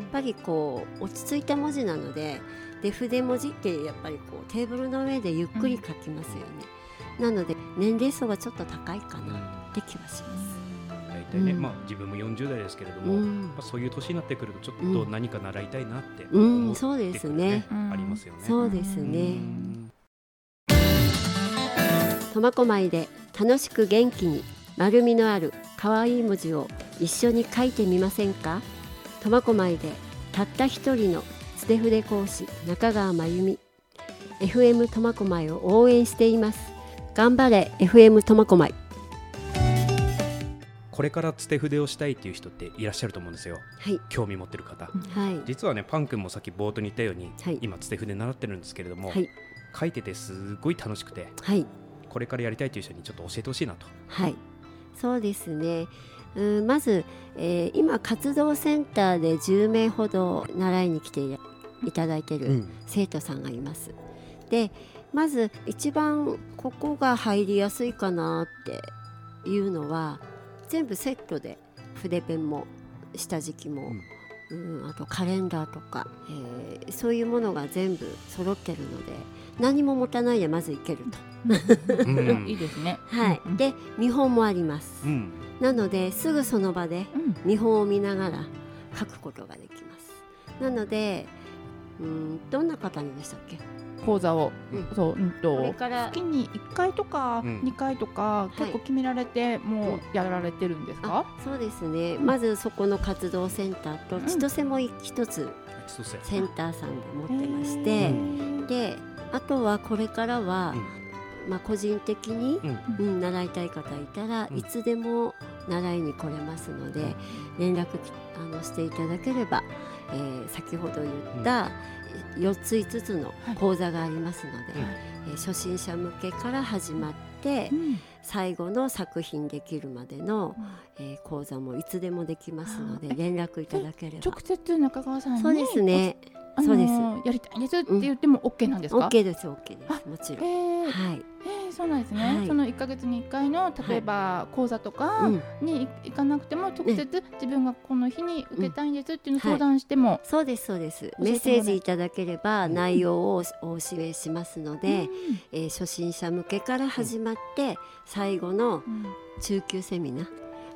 [SPEAKER 4] やっ
[SPEAKER 1] ん
[SPEAKER 4] ぱりこう落ち着いた文字なのでで筆文字ってやっぱりこうテーブルの上でゆっくり書きますよね、なので年齢層がちょっと高いかなって気はします、
[SPEAKER 1] 大体ね、
[SPEAKER 4] うん
[SPEAKER 1] まあ自分も40代ですけれど
[SPEAKER 4] う
[SPEAKER 1] も、
[SPEAKER 4] ん
[SPEAKER 1] まあ、そういう年になってくるとちょっと何か習いたいなって
[SPEAKER 4] う
[SPEAKER 1] 思
[SPEAKER 4] ん
[SPEAKER 1] って
[SPEAKER 4] そうですね
[SPEAKER 1] くるねありますよね。
[SPEAKER 4] そうです
[SPEAKER 1] う
[SPEAKER 4] ね
[SPEAKER 1] ん
[SPEAKER 4] 苫小牧で楽しく元気に丸みのある可愛い文字を一緒に書いてみませんか苫小牧でたった一人のつて筆講師中川真由美 FM 苫小牧を応援しています頑張れ FM 苫小牧
[SPEAKER 1] これからつて筆をしたいっていう人っていらっしゃると思うんですよ
[SPEAKER 4] はい
[SPEAKER 1] 興味持ってる方。
[SPEAKER 4] はい
[SPEAKER 1] 実はねパン君もさっき冒頭に言ったように、
[SPEAKER 4] はい
[SPEAKER 1] 今つて筆習ってるんですけれども、
[SPEAKER 4] はい
[SPEAKER 1] 書いててすごい楽しくて
[SPEAKER 4] はい
[SPEAKER 1] これからやりたいという人にちょっと教えてほしいなと。
[SPEAKER 4] はい、そうですね。うんまず、えー今活動センターで10名ほど習いに来ていただいている生徒さんがいます。で、まず一番ここが入りやすいかなっていうのは全部セットで筆ペンも下敷きも、うん、あとカレンダーとか、えーそういうものが全部揃ってるので何も持たないでまずいけると。
[SPEAKER 1] うん
[SPEAKER 2] うん いいですね
[SPEAKER 4] はい、
[SPEAKER 2] うん
[SPEAKER 4] で見本もあります。
[SPEAKER 1] うん
[SPEAKER 4] なのですぐその場で
[SPEAKER 2] うん
[SPEAKER 4] 見本を見ながら書くことができます。なので、うん、どんな方にでしたっけ？
[SPEAKER 2] 講座を
[SPEAKER 1] うん
[SPEAKER 2] そううん
[SPEAKER 4] これ
[SPEAKER 2] と
[SPEAKER 4] から
[SPEAKER 2] 月に1回とか
[SPEAKER 1] うん
[SPEAKER 2] 2回とか
[SPEAKER 4] い
[SPEAKER 2] 結構決められてもうやられてるんですか
[SPEAKER 4] あ、そうですね。まずそこの活動センターと
[SPEAKER 2] うん
[SPEAKER 4] 千歳も一つ
[SPEAKER 1] そうですね
[SPEAKER 4] センターさんで持ってまし
[SPEAKER 2] へ
[SPEAKER 4] て、
[SPEAKER 2] ー
[SPEAKER 4] で、あとはこれからは、まあ個人的に。
[SPEAKER 1] うん
[SPEAKER 4] うん、習いたい方いたら、
[SPEAKER 1] うん
[SPEAKER 4] いつでも習いに来れますので連絡きあのしていただければ、えー先ほど言った4つ5つの
[SPEAKER 2] はい
[SPEAKER 4] 講座がありますので、
[SPEAKER 1] はい
[SPEAKER 4] えー初心者向けから始まって
[SPEAKER 2] うん
[SPEAKER 4] 最後の作品できるまでの、えー講座もいつでもできますの
[SPEAKER 2] あ
[SPEAKER 4] で
[SPEAKER 2] え
[SPEAKER 4] 連絡いただければ
[SPEAKER 2] 直接中川さんに
[SPEAKER 4] そうですね
[SPEAKER 2] あの
[SPEAKER 4] そうです
[SPEAKER 2] やりたいんですって言っても OK なんですか、
[SPEAKER 4] OK です OK で
[SPEAKER 2] あ
[SPEAKER 4] すもち
[SPEAKER 2] え
[SPEAKER 4] ろ
[SPEAKER 2] ー
[SPEAKER 4] ん。はい、
[SPEAKER 2] えーそうなんですね、
[SPEAKER 4] はい
[SPEAKER 2] その1か月に1回の例えば講座とか
[SPEAKER 4] うん、
[SPEAKER 2] に行かなくても直接自分がこの日に受けたいんですっていうのを
[SPEAKER 4] うん
[SPEAKER 2] 相
[SPEAKER 4] はい
[SPEAKER 2] 談しても、
[SPEAKER 4] そうですそうです
[SPEAKER 2] えてもらえ
[SPEAKER 4] メッセージいただければ内容をおお示ししますので、えー初心者向けから始まって、最後の
[SPEAKER 2] うんうん
[SPEAKER 4] 中級セミナー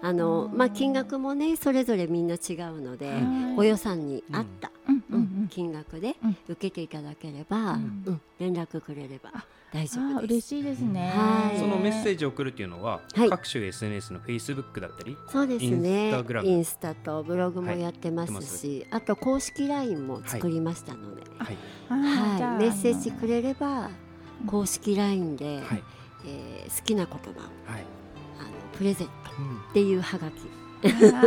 [SPEAKER 4] あの、
[SPEAKER 2] うん
[SPEAKER 4] まあ、金額もねそれぞれみんな違うので、
[SPEAKER 2] はい
[SPEAKER 4] お予算に合った、
[SPEAKER 2] うんう
[SPEAKER 4] うん
[SPEAKER 2] ん
[SPEAKER 4] 金額で
[SPEAKER 2] うん
[SPEAKER 4] 受けていただければ、
[SPEAKER 2] う
[SPEAKER 4] うんん連絡くれれば
[SPEAKER 2] あ
[SPEAKER 4] 大
[SPEAKER 2] う
[SPEAKER 4] 丈
[SPEAKER 2] ん、あー
[SPEAKER 4] 夫で
[SPEAKER 2] 嬉
[SPEAKER 4] す。
[SPEAKER 2] しいですね、
[SPEAKER 4] はい
[SPEAKER 1] そのメッセ
[SPEAKER 2] ージ
[SPEAKER 1] ージを送るっていうのは、
[SPEAKER 4] はい
[SPEAKER 1] 各種 SNS の Facebook だったり、
[SPEAKER 4] そうですね
[SPEAKER 1] インスタグラム
[SPEAKER 4] インスタとブログもやってますし、あと公式 LINE も作りましたので、
[SPEAKER 1] はい
[SPEAKER 4] はいメッセージ
[SPEAKER 2] く
[SPEAKER 4] くれれば公式 LINE で、
[SPEAKER 1] はい
[SPEAKER 4] えー好きな言葉を
[SPEAKER 1] はい
[SPEAKER 4] あのプレゼントっていうハガキ
[SPEAKER 1] うんじゃあ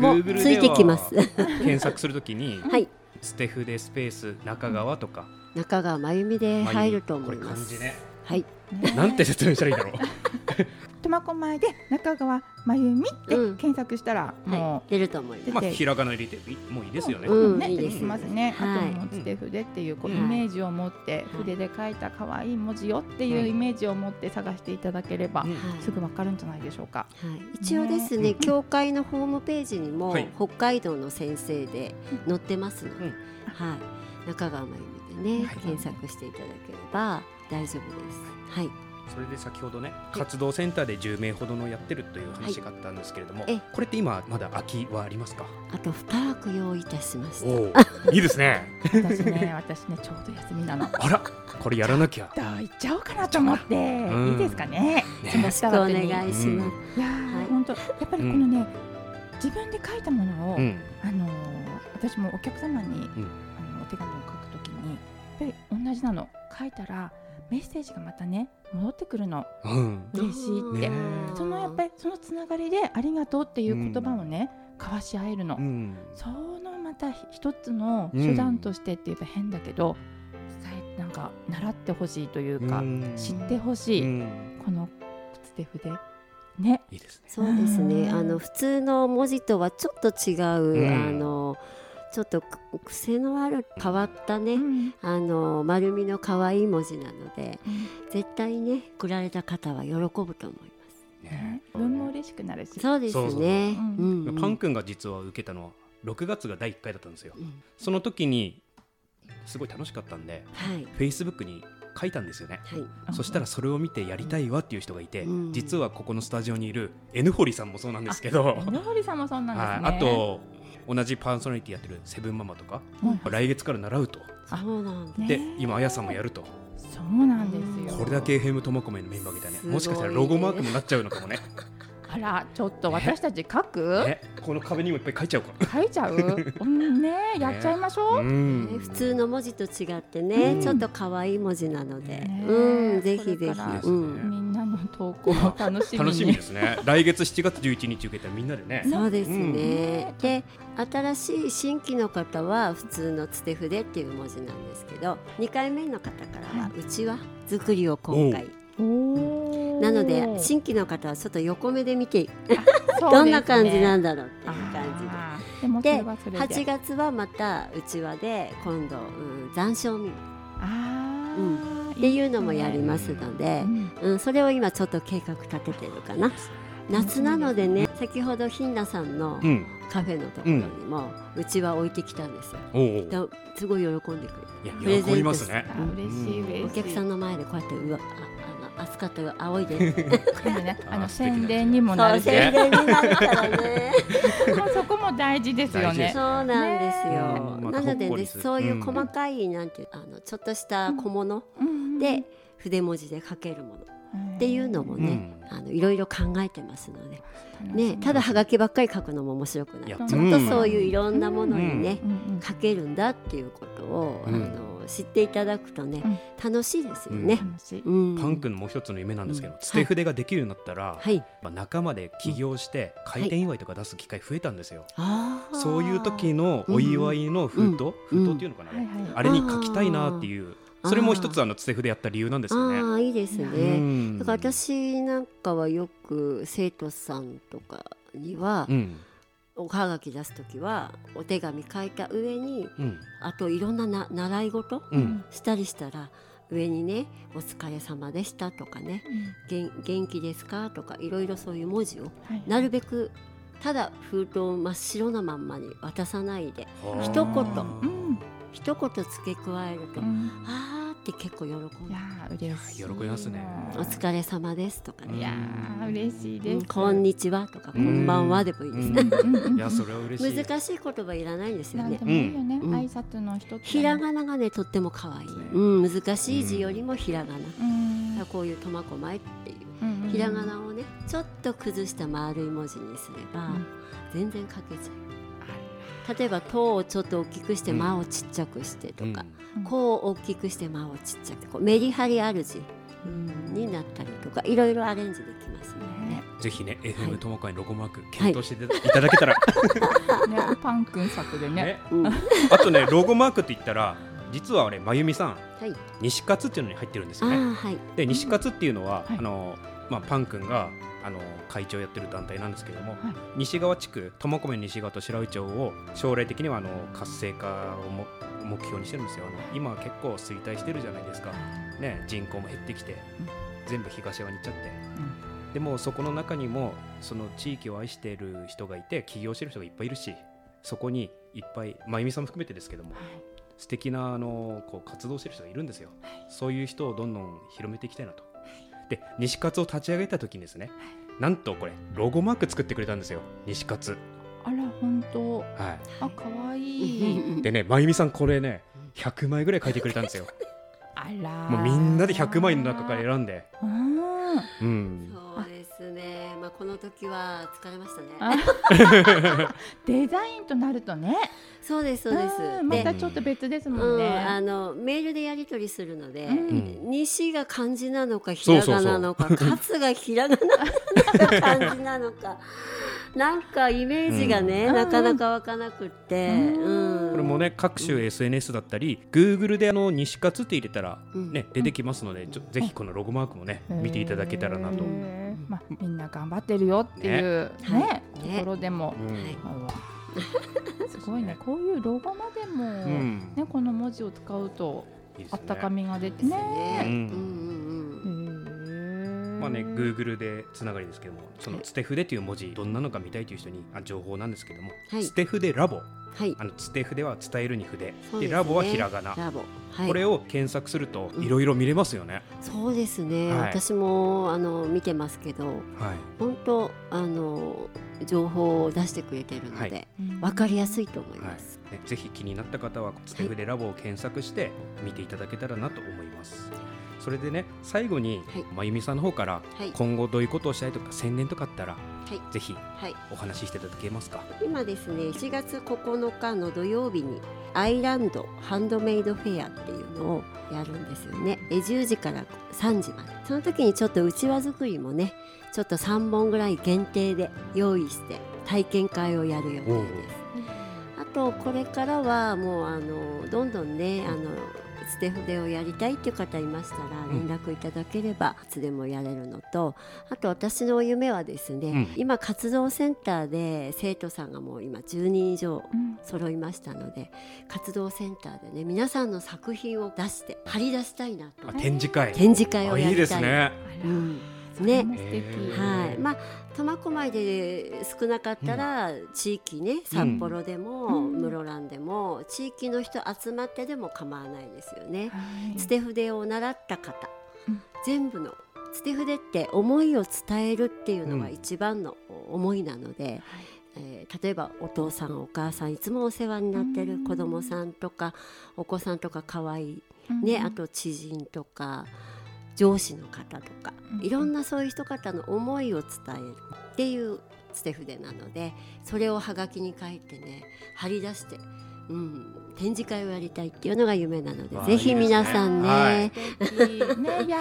[SPEAKER 4] もう
[SPEAKER 1] Google では
[SPEAKER 4] ついてきます
[SPEAKER 1] 検索するときに、
[SPEAKER 4] はい
[SPEAKER 1] ステフでスペース中川とか、
[SPEAKER 4] 中川真由美で
[SPEAKER 1] まあ
[SPEAKER 4] 入ると思い
[SPEAKER 1] これ
[SPEAKER 4] ま
[SPEAKER 1] 漢
[SPEAKER 4] す
[SPEAKER 1] 字ね。
[SPEAKER 4] はい
[SPEAKER 2] ね
[SPEAKER 1] なんて説明したらいいんだろう。
[SPEAKER 2] 苫小牧で中川真由美って
[SPEAKER 4] うん
[SPEAKER 2] 検索したら、
[SPEAKER 4] は
[SPEAKER 2] も
[SPEAKER 4] い出ると思い
[SPEAKER 2] 出
[SPEAKER 4] ま
[SPEAKER 1] まあ
[SPEAKER 2] て
[SPEAKER 1] ひらがな入れてもういいですよね。
[SPEAKER 2] う、うんね、
[SPEAKER 4] うんいい
[SPEAKER 2] 出
[SPEAKER 4] で
[SPEAKER 2] て
[SPEAKER 4] す
[SPEAKER 2] きますね。
[SPEAKER 4] はい
[SPEAKER 2] あと持ち手筆っていうこう
[SPEAKER 1] う
[SPEAKER 2] イ
[SPEAKER 1] ん
[SPEAKER 2] メージを持って、筆で書いた可愛い文字よっていうイメージを持って探していただければ、
[SPEAKER 1] うん
[SPEAKER 4] すはい
[SPEAKER 2] すぐわかるんじゃないでしょう か。
[SPEAKER 4] はい、一応です
[SPEAKER 1] う
[SPEAKER 4] ね
[SPEAKER 1] ん
[SPEAKER 4] 教会のホームページにも、
[SPEAKER 1] はい
[SPEAKER 4] 北海道の先生で載ってますので、
[SPEAKER 1] うん
[SPEAKER 4] はい、中川真由美でね、
[SPEAKER 1] はい
[SPEAKER 4] 検索していただければ大丈夫です。はい、
[SPEAKER 1] それで先ほどね活動センターで10名ほどのやってるという話があったんですけれども、
[SPEAKER 4] ええ
[SPEAKER 1] これって今まだ空きはありますか。
[SPEAKER 4] あと深く用意いたしました。
[SPEAKER 1] おおいいですね。
[SPEAKER 2] 私ね、私ね、ちょうど休みなの。
[SPEAKER 1] あらこれやらな きゃ。
[SPEAKER 2] じゃあ行っちゃおうかなと思って、
[SPEAKER 1] ん
[SPEAKER 2] いいですかね。
[SPEAKER 1] ね
[SPEAKER 2] ちょっと
[SPEAKER 4] お
[SPEAKER 2] 下枠に
[SPEAKER 4] 願いします。
[SPEAKER 2] いや
[SPEAKER 4] はい
[SPEAKER 2] 本当、やっぱりこのね、自分で書いたものを、
[SPEAKER 1] うん
[SPEAKER 2] あのー私もお客様に、
[SPEAKER 1] ん
[SPEAKER 2] あのお手紙を書くときに、やっぱり同じなの書いたらメッセージがまたね戻ってくるの
[SPEAKER 1] うん
[SPEAKER 2] 嬉しいって。
[SPEAKER 1] ね
[SPEAKER 2] そのやっぱりそのつながりでありがとうっていう言葉をね、交わし合えるの。
[SPEAKER 1] うん
[SPEAKER 2] そのまた一つの手段としてって言えば変だけど、伝えなんか習ってほしいというか、
[SPEAKER 1] うん
[SPEAKER 2] 知ってほしい、
[SPEAKER 1] うん
[SPEAKER 2] このステフでね
[SPEAKER 1] いいですね。
[SPEAKER 4] そうですね。
[SPEAKER 2] うん
[SPEAKER 4] あの普通の文字とはちょっと違う、
[SPEAKER 1] うん
[SPEAKER 4] あのちょっとく癖のある変わったね、
[SPEAKER 2] うん
[SPEAKER 4] あの丸みの可愛い文字なので、絶対ね送られた方は喜ぶと思いま
[SPEAKER 1] ね
[SPEAKER 2] 自分も嬉しくなるし
[SPEAKER 4] す。そうです
[SPEAKER 1] そうそう
[SPEAKER 4] ね。
[SPEAKER 2] う
[SPEAKER 4] うんうん
[SPEAKER 1] パン君が実は受けたのは6月が第1回だったんですよ。
[SPEAKER 4] うん
[SPEAKER 1] その時にすごい楽しかったんで、
[SPEAKER 4] はい。
[SPEAKER 1] Facebook に書いたんですよね。
[SPEAKER 4] はい。
[SPEAKER 1] そしたらそれを見てやりたいわっていう人がいて、
[SPEAKER 4] うん
[SPEAKER 1] 実はここのスタジオにいる N 堀さんもそうなんですけど、はい
[SPEAKER 2] 井ノ堀さんもそんなんです
[SPEAKER 1] あ
[SPEAKER 2] ね。
[SPEAKER 1] と同じパーソナリティやってるセブンママとか、
[SPEAKER 2] はい
[SPEAKER 1] 来月から習うと、
[SPEAKER 2] あ
[SPEAKER 4] そうなんだ。
[SPEAKER 2] ね
[SPEAKER 1] で今あやさんもやると、
[SPEAKER 2] そうなんですよ。
[SPEAKER 1] これだけ FM 苫小牧のメンバーみたいな、
[SPEAKER 4] すごいね
[SPEAKER 1] もしかしたらロゴマークになっちゃうのかもね。
[SPEAKER 2] あらちょっと私たち書く、
[SPEAKER 1] ねこの壁にもいっぱい書いちゃうか
[SPEAKER 2] 書いちゃう？うんねやっちゃいましょ
[SPEAKER 1] ら。
[SPEAKER 2] う。
[SPEAKER 1] ん
[SPEAKER 4] ね普通の文字と違ってね、
[SPEAKER 1] うん
[SPEAKER 4] ちょっと可愛い文字なので、
[SPEAKER 2] ね
[SPEAKER 4] うん、ぜひ
[SPEAKER 2] これ
[SPEAKER 4] ぜ
[SPEAKER 2] から
[SPEAKER 4] ひ、うん、
[SPEAKER 2] みんなの投稿を楽しみに。
[SPEAKER 1] 楽しみですね。来月7月11日受けたらみんなでね。
[SPEAKER 4] そうですね。
[SPEAKER 2] ね
[SPEAKER 4] で、新しい新規の方は普通のつて筆っていう文字なんですけど、2回目の方からは
[SPEAKER 2] は
[SPEAKER 4] うちは作りを今回。
[SPEAKER 2] おー
[SPEAKER 4] なので新規の方はちょっと横目で見て、
[SPEAKER 2] そうですね
[SPEAKER 4] どんな感じなんだろうっていう感
[SPEAKER 2] あーでもそれはそ
[SPEAKER 4] じで。
[SPEAKER 2] れで
[SPEAKER 4] 8月はまたうちわで今度、うん、残暑見っ
[SPEAKER 2] あー
[SPEAKER 4] うんていうのもやりますので、
[SPEAKER 2] うん
[SPEAKER 4] うん、それを今ちょっと計画立ててるかな。夏なのでね、先ほどひんなさんの
[SPEAKER 1] うん。
[SPEAKER 4] カフェのところにも、うちは置いてきたんですよ。
[SPEAKER 1] おうおう。
[SPEAKER 4] だすごい喜んでくれる。
[SPEAKER 1] いや
[SPEAKER 4] プレゼント
[SPEAKER 1] 喜びますね。
[SPEAKER 2] あ嬉しい嬉しい。
[SPEAKER 4] お客さんの前でこうやって、うわ、ああの、暑かったよ、仰いで。
[SPEAKER 2] でね、あ
[SPEAKER 1] あー
[SPEAKER 2] の
[SPEAKER 1] 素敵な
[SPEAKER 2] 宣伝にもな
[SPEAKER 4] そう、
[SPEAKER 2] るし、
[SPEAKER 4] 宣伝になるからね。
[SPEAKER 2] そこも大事ですよ
[SPEAKER 1] 大事で
[SPEAKER 2] ね
[SPEAKER 1] す。
[SPEAKER 4] そうなんですよ。
[SPEAKER 1] ね
[SPEAKER 4] なので
[SPEAKER 1] またほっこ
[SPEAKER 4] ね、
[SPEAKER 1] りする
[SPEAKER 4] そういう
[SPEAKER 1] う
[SPEAKER 4] 細
[SPEAKER 1] ん
[SPEAKER 4] かい、なんていう、あの、ちょっとした小物で、筆文字で書けるものっ
[SPEAKER 2] って
[SPEAKER 4] いうのもね、あの、いろいろ考えてますので。ね、ただはがきばっかり書くのも面白くないい。
[SPEAKER 1] や
[SPEAKER 4] ちょっとそういう
[SPEAKER 1] うん
[SPEAKER 4] いろんなものにね
[SPEAKER 2] う、んうん
[SPEAKER 4] 書けるんだっていうことを、
[SPEAKER 1] うん
[SPEAKER 4] あの、知っていただくとね、楽しいですよね。
[SPEAKER 2] 楽しい
[SPEAKER 4] うん。
[SPEAKER 1] パン君のもう一つの夢なんですけど、
[SPEAKER 4] うん
[SPEAKER 1] つて筆ができるようになったら、
[SPEAKER 4] は
[SPEAKER 1] やっ
[SPEAKER 4] い。
[SPEAKER 1] ぱ仲間で起業して開店祝いとか出す機会増えたんですよ、
[SPEAKER 4] あー
[SPEAKER 1] そういう時のお祝いの封筒、
[SPEAKER 4] うん
[SPEAKER 1] 封筒っていうのかな、あれ
[SPEAKER 2] はいはい
[SPEAKER 1] あれに書きたいなっていう
[SPEAKER 4] あー
[SPEAKER 1] それも一つあのつて筆やった理由なんですよね
[SPEAKER 4] ああいいです
[SPEAKER 1] う
[SPEAKER 4] ね。
[SPEAKER 1] ん
[SPEAKER 4] だから私なんかはよく生徒さんとかには
[SPEAKER 1] うん
[SPEAKER 4] おはがき出す時はお手紙書いた上に
[SPEAKER 1] うん
[SPEAKER 4] あといろんなな習い事
[SPEAKER 1] うん
[SPEAKER 4] したりしたら上にね「お疲れ様でした」とかね「元元気ですか?」とかいろいろそういう文字をなるべくただ封筒を真っ白なまんまに渡さないで
[SPEAKER 1] はあ
[SPEAKER 4] 一言
[SPEAKER 2] うん
[SPEAKER 4] 一言付け加えると「
[SPEAKER 2] うん
[SPEAKER 4] あー」って結構喜ん
[SPEAKER 2] い
[SPEAKER 4] で
[SPEAKER 2] やー嬉しい
[SPEAKER 1] 喜びますね
[SPEAKER 4] 「お疲れ様です」とかね
[SPEAKER 2] いやー嬉しい
[SPEAKER 4] うん
[SPEAKER 2] です
[SPEAKER 4] こんにちはとか、こんばんはでもいいですね。
[SPEAKER 1] いやそれは嬉しい
[SPEAKER 4] 難しい言葉いらないんですよ
[SPEAKER 2] なん
[SPEAKER 4] ね
[SPEAKER 2] で。もいいよね
[SPEAKER 4] うん
[SPEAKER 2] 挨拶の一つ
[SPEAKER 4] ひらがながね、とっても可愛い。うん、難しい字よりもひらがな。だからこういう苫小牧っていうひらがなをね、ちょっと崩した丸い文字にすれば、
[SPEAKER 2] うん
[SPEAKER 4] 全然書けちゃう。例えば、とをちょっと大きくして、
[SPEAKER 1] うん
[SPEAKER 4] まをちっちゃくしてとか、
[SPEAKER 2] うん
[SPEAKER 4] こう大きくして、まをちっちゃく、こうメリハリある字。うんになったりとか、いろいろアレンジできますね。
[SPEAKER 1] ぜひね FM 友会のロゴマーク検討していただけたら、
[SPEAKER 2] ね、パン君作でね
[SPEAKER 1] ね、
[SPEAKER 4] うん、は
[SPEAKER 1] あとねロゴマークって言ったら実はあれまゆみさん
[SPEAKER 4] い、
[SPEAKER 1] 西勝っていうのに入ってるんです
[SPEAKER 4] あ
[SPEAKER 1] よね
[SPEAKER 4] あはい、
[SPEAKER 1] で西勝っていうのは、
[SPEAKER 2] はい
[SPEAKER 1] あのまあ、パン君があの会長やってる団体なんですけども、
[SPEAKER 2] い
[SPEAKER 1] 西側地区苫小牧の西側と白井町を将来的にはあの活性化をも目標にしてるんですよあの今は結構衰退してるじゃないですか、ね、人口も減ってきて、全部東側に行っちゃって、でもそこの中にもその地域を愛している人がいて起業してる人がいっぱいいるしそこにいっぱいまゆみさんも含めてですけども素敵なあのこう活動してる人がいるんですよ、そういう人をどんどん広めていきたいなと、で西勝を立ち上げた時にですね、なんとこれロゴマーク作ってくれたんですよ西勝
[SPEAKER 2] あら本当
[SPEAKER 1] は
[SPEAKER 2] あ可愛
[SPEAKER 4] う
[SPEAKER 2] い
[SPEAKER 4] ん
[SPEAKER 1] いでねまゆみさんこれね100枚ぐらい書いてくれたん ですよ
[SPEAKER 2] あら
[SPEAKER 1] もうみんなで100枚の中から選んで
[SPEAKER 2] うん
[SPEAKER 1] うん
[SPEAKER 4] そうですね、まあ、この時は疲れましたね。
[SPEAKER 2] あデザインとなるとね
[SPEAKER 4] そうです、そうです。
[SPEAKER 2] んま
[SPEAKER 4] で
[SPEAKER 2] たちょっと別ですもん
[SPEAKER 4] うん、
[SPEAKER 2] ね
[SPEAKER 4] あのメールでやり取りするので、
[SPEAKER 2] うん
[SPEAKER 4] 西が漢字なのかひらがななのか 勝がひらがななのか漢字なのかなんかイメージがね、
[SPEAKER 2] うん
[SPEAKER 4] なかなか湧かなくって、
[SPEAKER 2] うん
[SPEAKER 4] うん
[SPEAKER 1] これもね各種 SNS だったり Google であの西勝って入れたら
[SPEAKER 4] うん
[SPEAKER 1] ね出てきますのでちょぜひこのロゴマークもね見ていただけたらなと、うん
[SPEAKER 2] へーまあみんな頑張ってるよっていうね
[SPEAKER 4] ね
[SPEAKER 2] ところでも、
[SPEAKER 4] はい
[SPEAKER 2] あわ すごいねこういうロゴまでも、
[SPEAKER 1] うん
[SPEAKER 2] ねこの文字を使うと
[SPEAKER 1] いいです
[SPEAKER 2] あ
[SPEAKER 1] ね
[SPEAKER 2] ったかみが出て
[SPEAKER 4] です
[SPEAKER 2] ね
[SPEAKER 4] ね、
[SPEAKER 1] う
[SPEAKER 4] うんんうん
[SPEAKER 1] ま
[SPEAKER 2] ま
[SPEAKER 1] あね、Google でつながりですけどもその
[SPEAKER 4] はい
[SPEAKER 1] つて筆という文字どんなのか見たいという人にあ情報なんですけども、
[SPEAKER 4] はい
[SPEAKER 1] つて筆ラボ
[SPEAKER 4] うんはい
[SPEAKER 1] あのつて筆は伝えるに筆で,、
[SPEAKER 4] そうですね
[SPEAKER 1] ラボはひらがな、
[SPEAKER 4] ラボ、はい、
[SPEAKER 1] これを検索すると
[SPEAKER 4] うん
[SPEAKER 1] いろいろ見れますよね、
[SPEAKER 4] そうですね、
[SPEAKER 1] はい
[SPEAKER 4] 私もあの見てますけど
[SPEAKER 1] はい
[SPEAKER 4] 本当あの情報を出してくれてるの
[SPEAKER 1] は
[SPEAKER 4] で、
[SPEAKER 1] い
[SPEAKER 4] わかりやす
[SPEAKER 2] い
[SPEAKER 4] いと思います。
[SPEAKER 1] ね、ぜひ気になった方はつて筆ラボを検索して見ていただけたらなと思いますそれでね最後に、
[SPEAKER 4] はい
[SPEAKER 1] まゆみさんの方から
[SPEAKER 4] はい、は
[SPEAKER 1] 今後どういうことをしたいとか宣伝とかあったら、
[SPEAKER 4] い、
[SPEAKER 1] ぜひ
[SPEAKER 4] はい、
[SPEAKER 1] お話ししていただけますか
[SPEAKER 4] 今ですね、7月9日の土曜日に。アイランドハンドメイドフェアっていうのをやるんですよね。え10時から3時まで。その時にちょっとうちわ作りもね、ちょっと3本ぐらい限定で用意して体験会をやる予定です。あとこれからはもうあのどんどんねあのつて筆をやりたいっていう方いましたら
[SPEAKER 1] うん
[SPEAKER 4] 連絡いただければいつでもやれるのとあと私の夢はですね、
[SPEAKER 1] うん
[SPEAKER 4] 今活動センターで生徒さんがもう今10人以上揃いましたので活動センターでね皆さんの作品を出して張り出したいなと
[SPEAKER 1] あ展示会
[SPEAKER 4] 展示会を
[SPEAKER 1] あ
[SPEAKER 4] や
[SPEAKER 1] いい
[SPEAKER 4] りたい
[SPEAKER 1] ですね
[SPEAKER 4] うん
[SPEAKER 2] ね
[SPEAKER 4] ね
[SPEAKER 2] 素敵、
[SPEAKER 1] へー
[SPEAKER 4] はい、まあ苫小牧で少なかったら、地域ね札幌でも、
[SPEAKER 2] うん
[SPEAKER 4] 室蘭でも地域の人集まってでも構わないですよ
[SPEAKER 2] は
[SPEAKER 4] ね。
[SPEAKER 2] い
[SPEAKER 4] つて筆を習った方、
[SPEAKER 2] うん
[SPEAKER 4] 全部のつて筆って思いを伝えるっていうのが
[SPEAKER 1] うん
[SPEAKER 4] 一番の思いなので、えー例えばお父さんお母さんいつもお世話になってる子供さんとかお子さんとか可愛いね、あと知人とか上司の方とか
[SPEAKER 2] うん
[SPEAKER 4] いろんなそういう人方の思いを伝えるっていう捨て筆なのでそれをはがきに書いてね貼り出して、うん、展示会をやりたいっていうのが夢なので
[SPEAKER 1] わあ
[SPEAKER 4] ぜひ皆さんね。
[SPEAKER 1] いい
[SPEAKER 2] 素敵ねいやー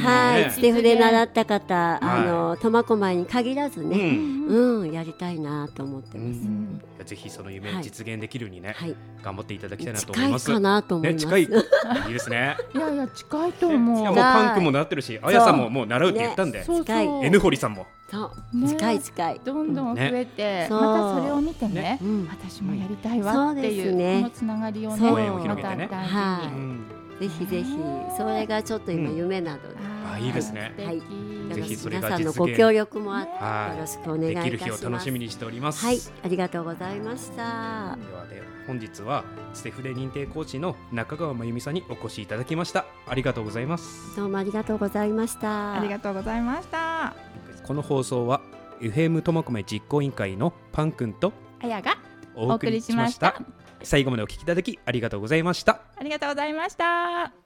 [SPEAKER 4] はい、
[SPEAKER 1] ね
[SPEAKER 4] つて筆習った
[SPEAKER 1] い
[SPEAKER 4] 方、あの苫小牧に限らず
[SPEAKER 1] う
[SPEAKER 4] ね、
[SPEAKER 1] ん
[SPEAKER 4] うん、やりたいなと思ってます。
[SPEAKER 2] うん
[SPEAKER 1] いやぜひその夢
[SPEAKER 4] はい
[SPEAKER 1] 実現できるようにね、
[SPEAKER 4] はい、
[SPEAKER 1] 頑張っていただきたいなと思
[SPEAKER 4] 近
[SPEAKER 1] い
[SPEAKER 4] い
[SPEAKER 1] ます。
[SPEAKER 4] かなと思い
[SPEAKER 1] ね、
[SPEAKER 4] ます。
[SPEAKER 1] 近い。いいです ね。
[SPEAKER 2] いやいや近いと
[SPEAKER 1] い
[SPEAKER 2] 思
[SPEAKER 1] やも
[SPEAKER 2] う
[SPEAKER 1] うパン君も習ってるし、あやさんももう習うって言ったんで、
[SPEAKER 2] そう
[SPEAKER 4] 近い
[SPEAKER 2] そう
[SPEAKER 1] N 堀さんも。
[SPEAKER 4] そう、
[SPEAKER 2] ね
[SPEAKER 4] 近い近い。
[SPEAKER 2] どんどん増えて
[SPEAKER 4] ね
[SPEAKER 2] またそれを見てね
[SPEAKER 1] ね
[SPEAKER 4] うん、
[SPEAKER 2] 私もやりたいわってい
[SPEAKER 4] そうです
[SPEAKER 2] う
[SPEAKER 4] ね
[SPEAKER 2] このつながりをね
[SPEAKER 4] そう
[SPEAKER 2] また大事に
[SPEAKER 4] はいぜひぜひ
[SPEAKER 2] ねえ
[SPEAKER 4] それがちょっと今
[SPEAKER 1] うん
[SPEAKER 4] 夢なので、
[SPEAKER 1] あいいですね
[SPEAKER 2] 素敵
[SPEAKER 1] ぜひそれ
[SPEAKER 4] 皆
[SPEAKER 1] が
[SPEAKER 4] さんの
[SPEAKER 1] 実現
[SPEAKER 4] ご協力もあって
[SPEAKER 1] はい
[SPEAKER 4] よろしくお願い
[SPEAKER 1] で
[SPEAKER 4] いた
[SPEAKER 1] き
[SPEAKER 4] します
[SPEAKER 1] る日を楽しみにしております。
[SPEAKER 4] はいありがとうございました
[SPEAKER 1] ではで本日はステフレ認定講師の中川真由美さんにお越しいただきました。ありがとうございます。
[SPEAKER 4] どうもありがとうございました
[SPEAKER 2] ありがとうございました
[SPEAKER 1] この放送は FM ともこめ実行委員会のパン君と
[SPEAKER 2] あやが
[SPEAKER 1] お送りしました。最後までお聞きいただきありがとうございました。
[SPEAKER 2] ありがとうございました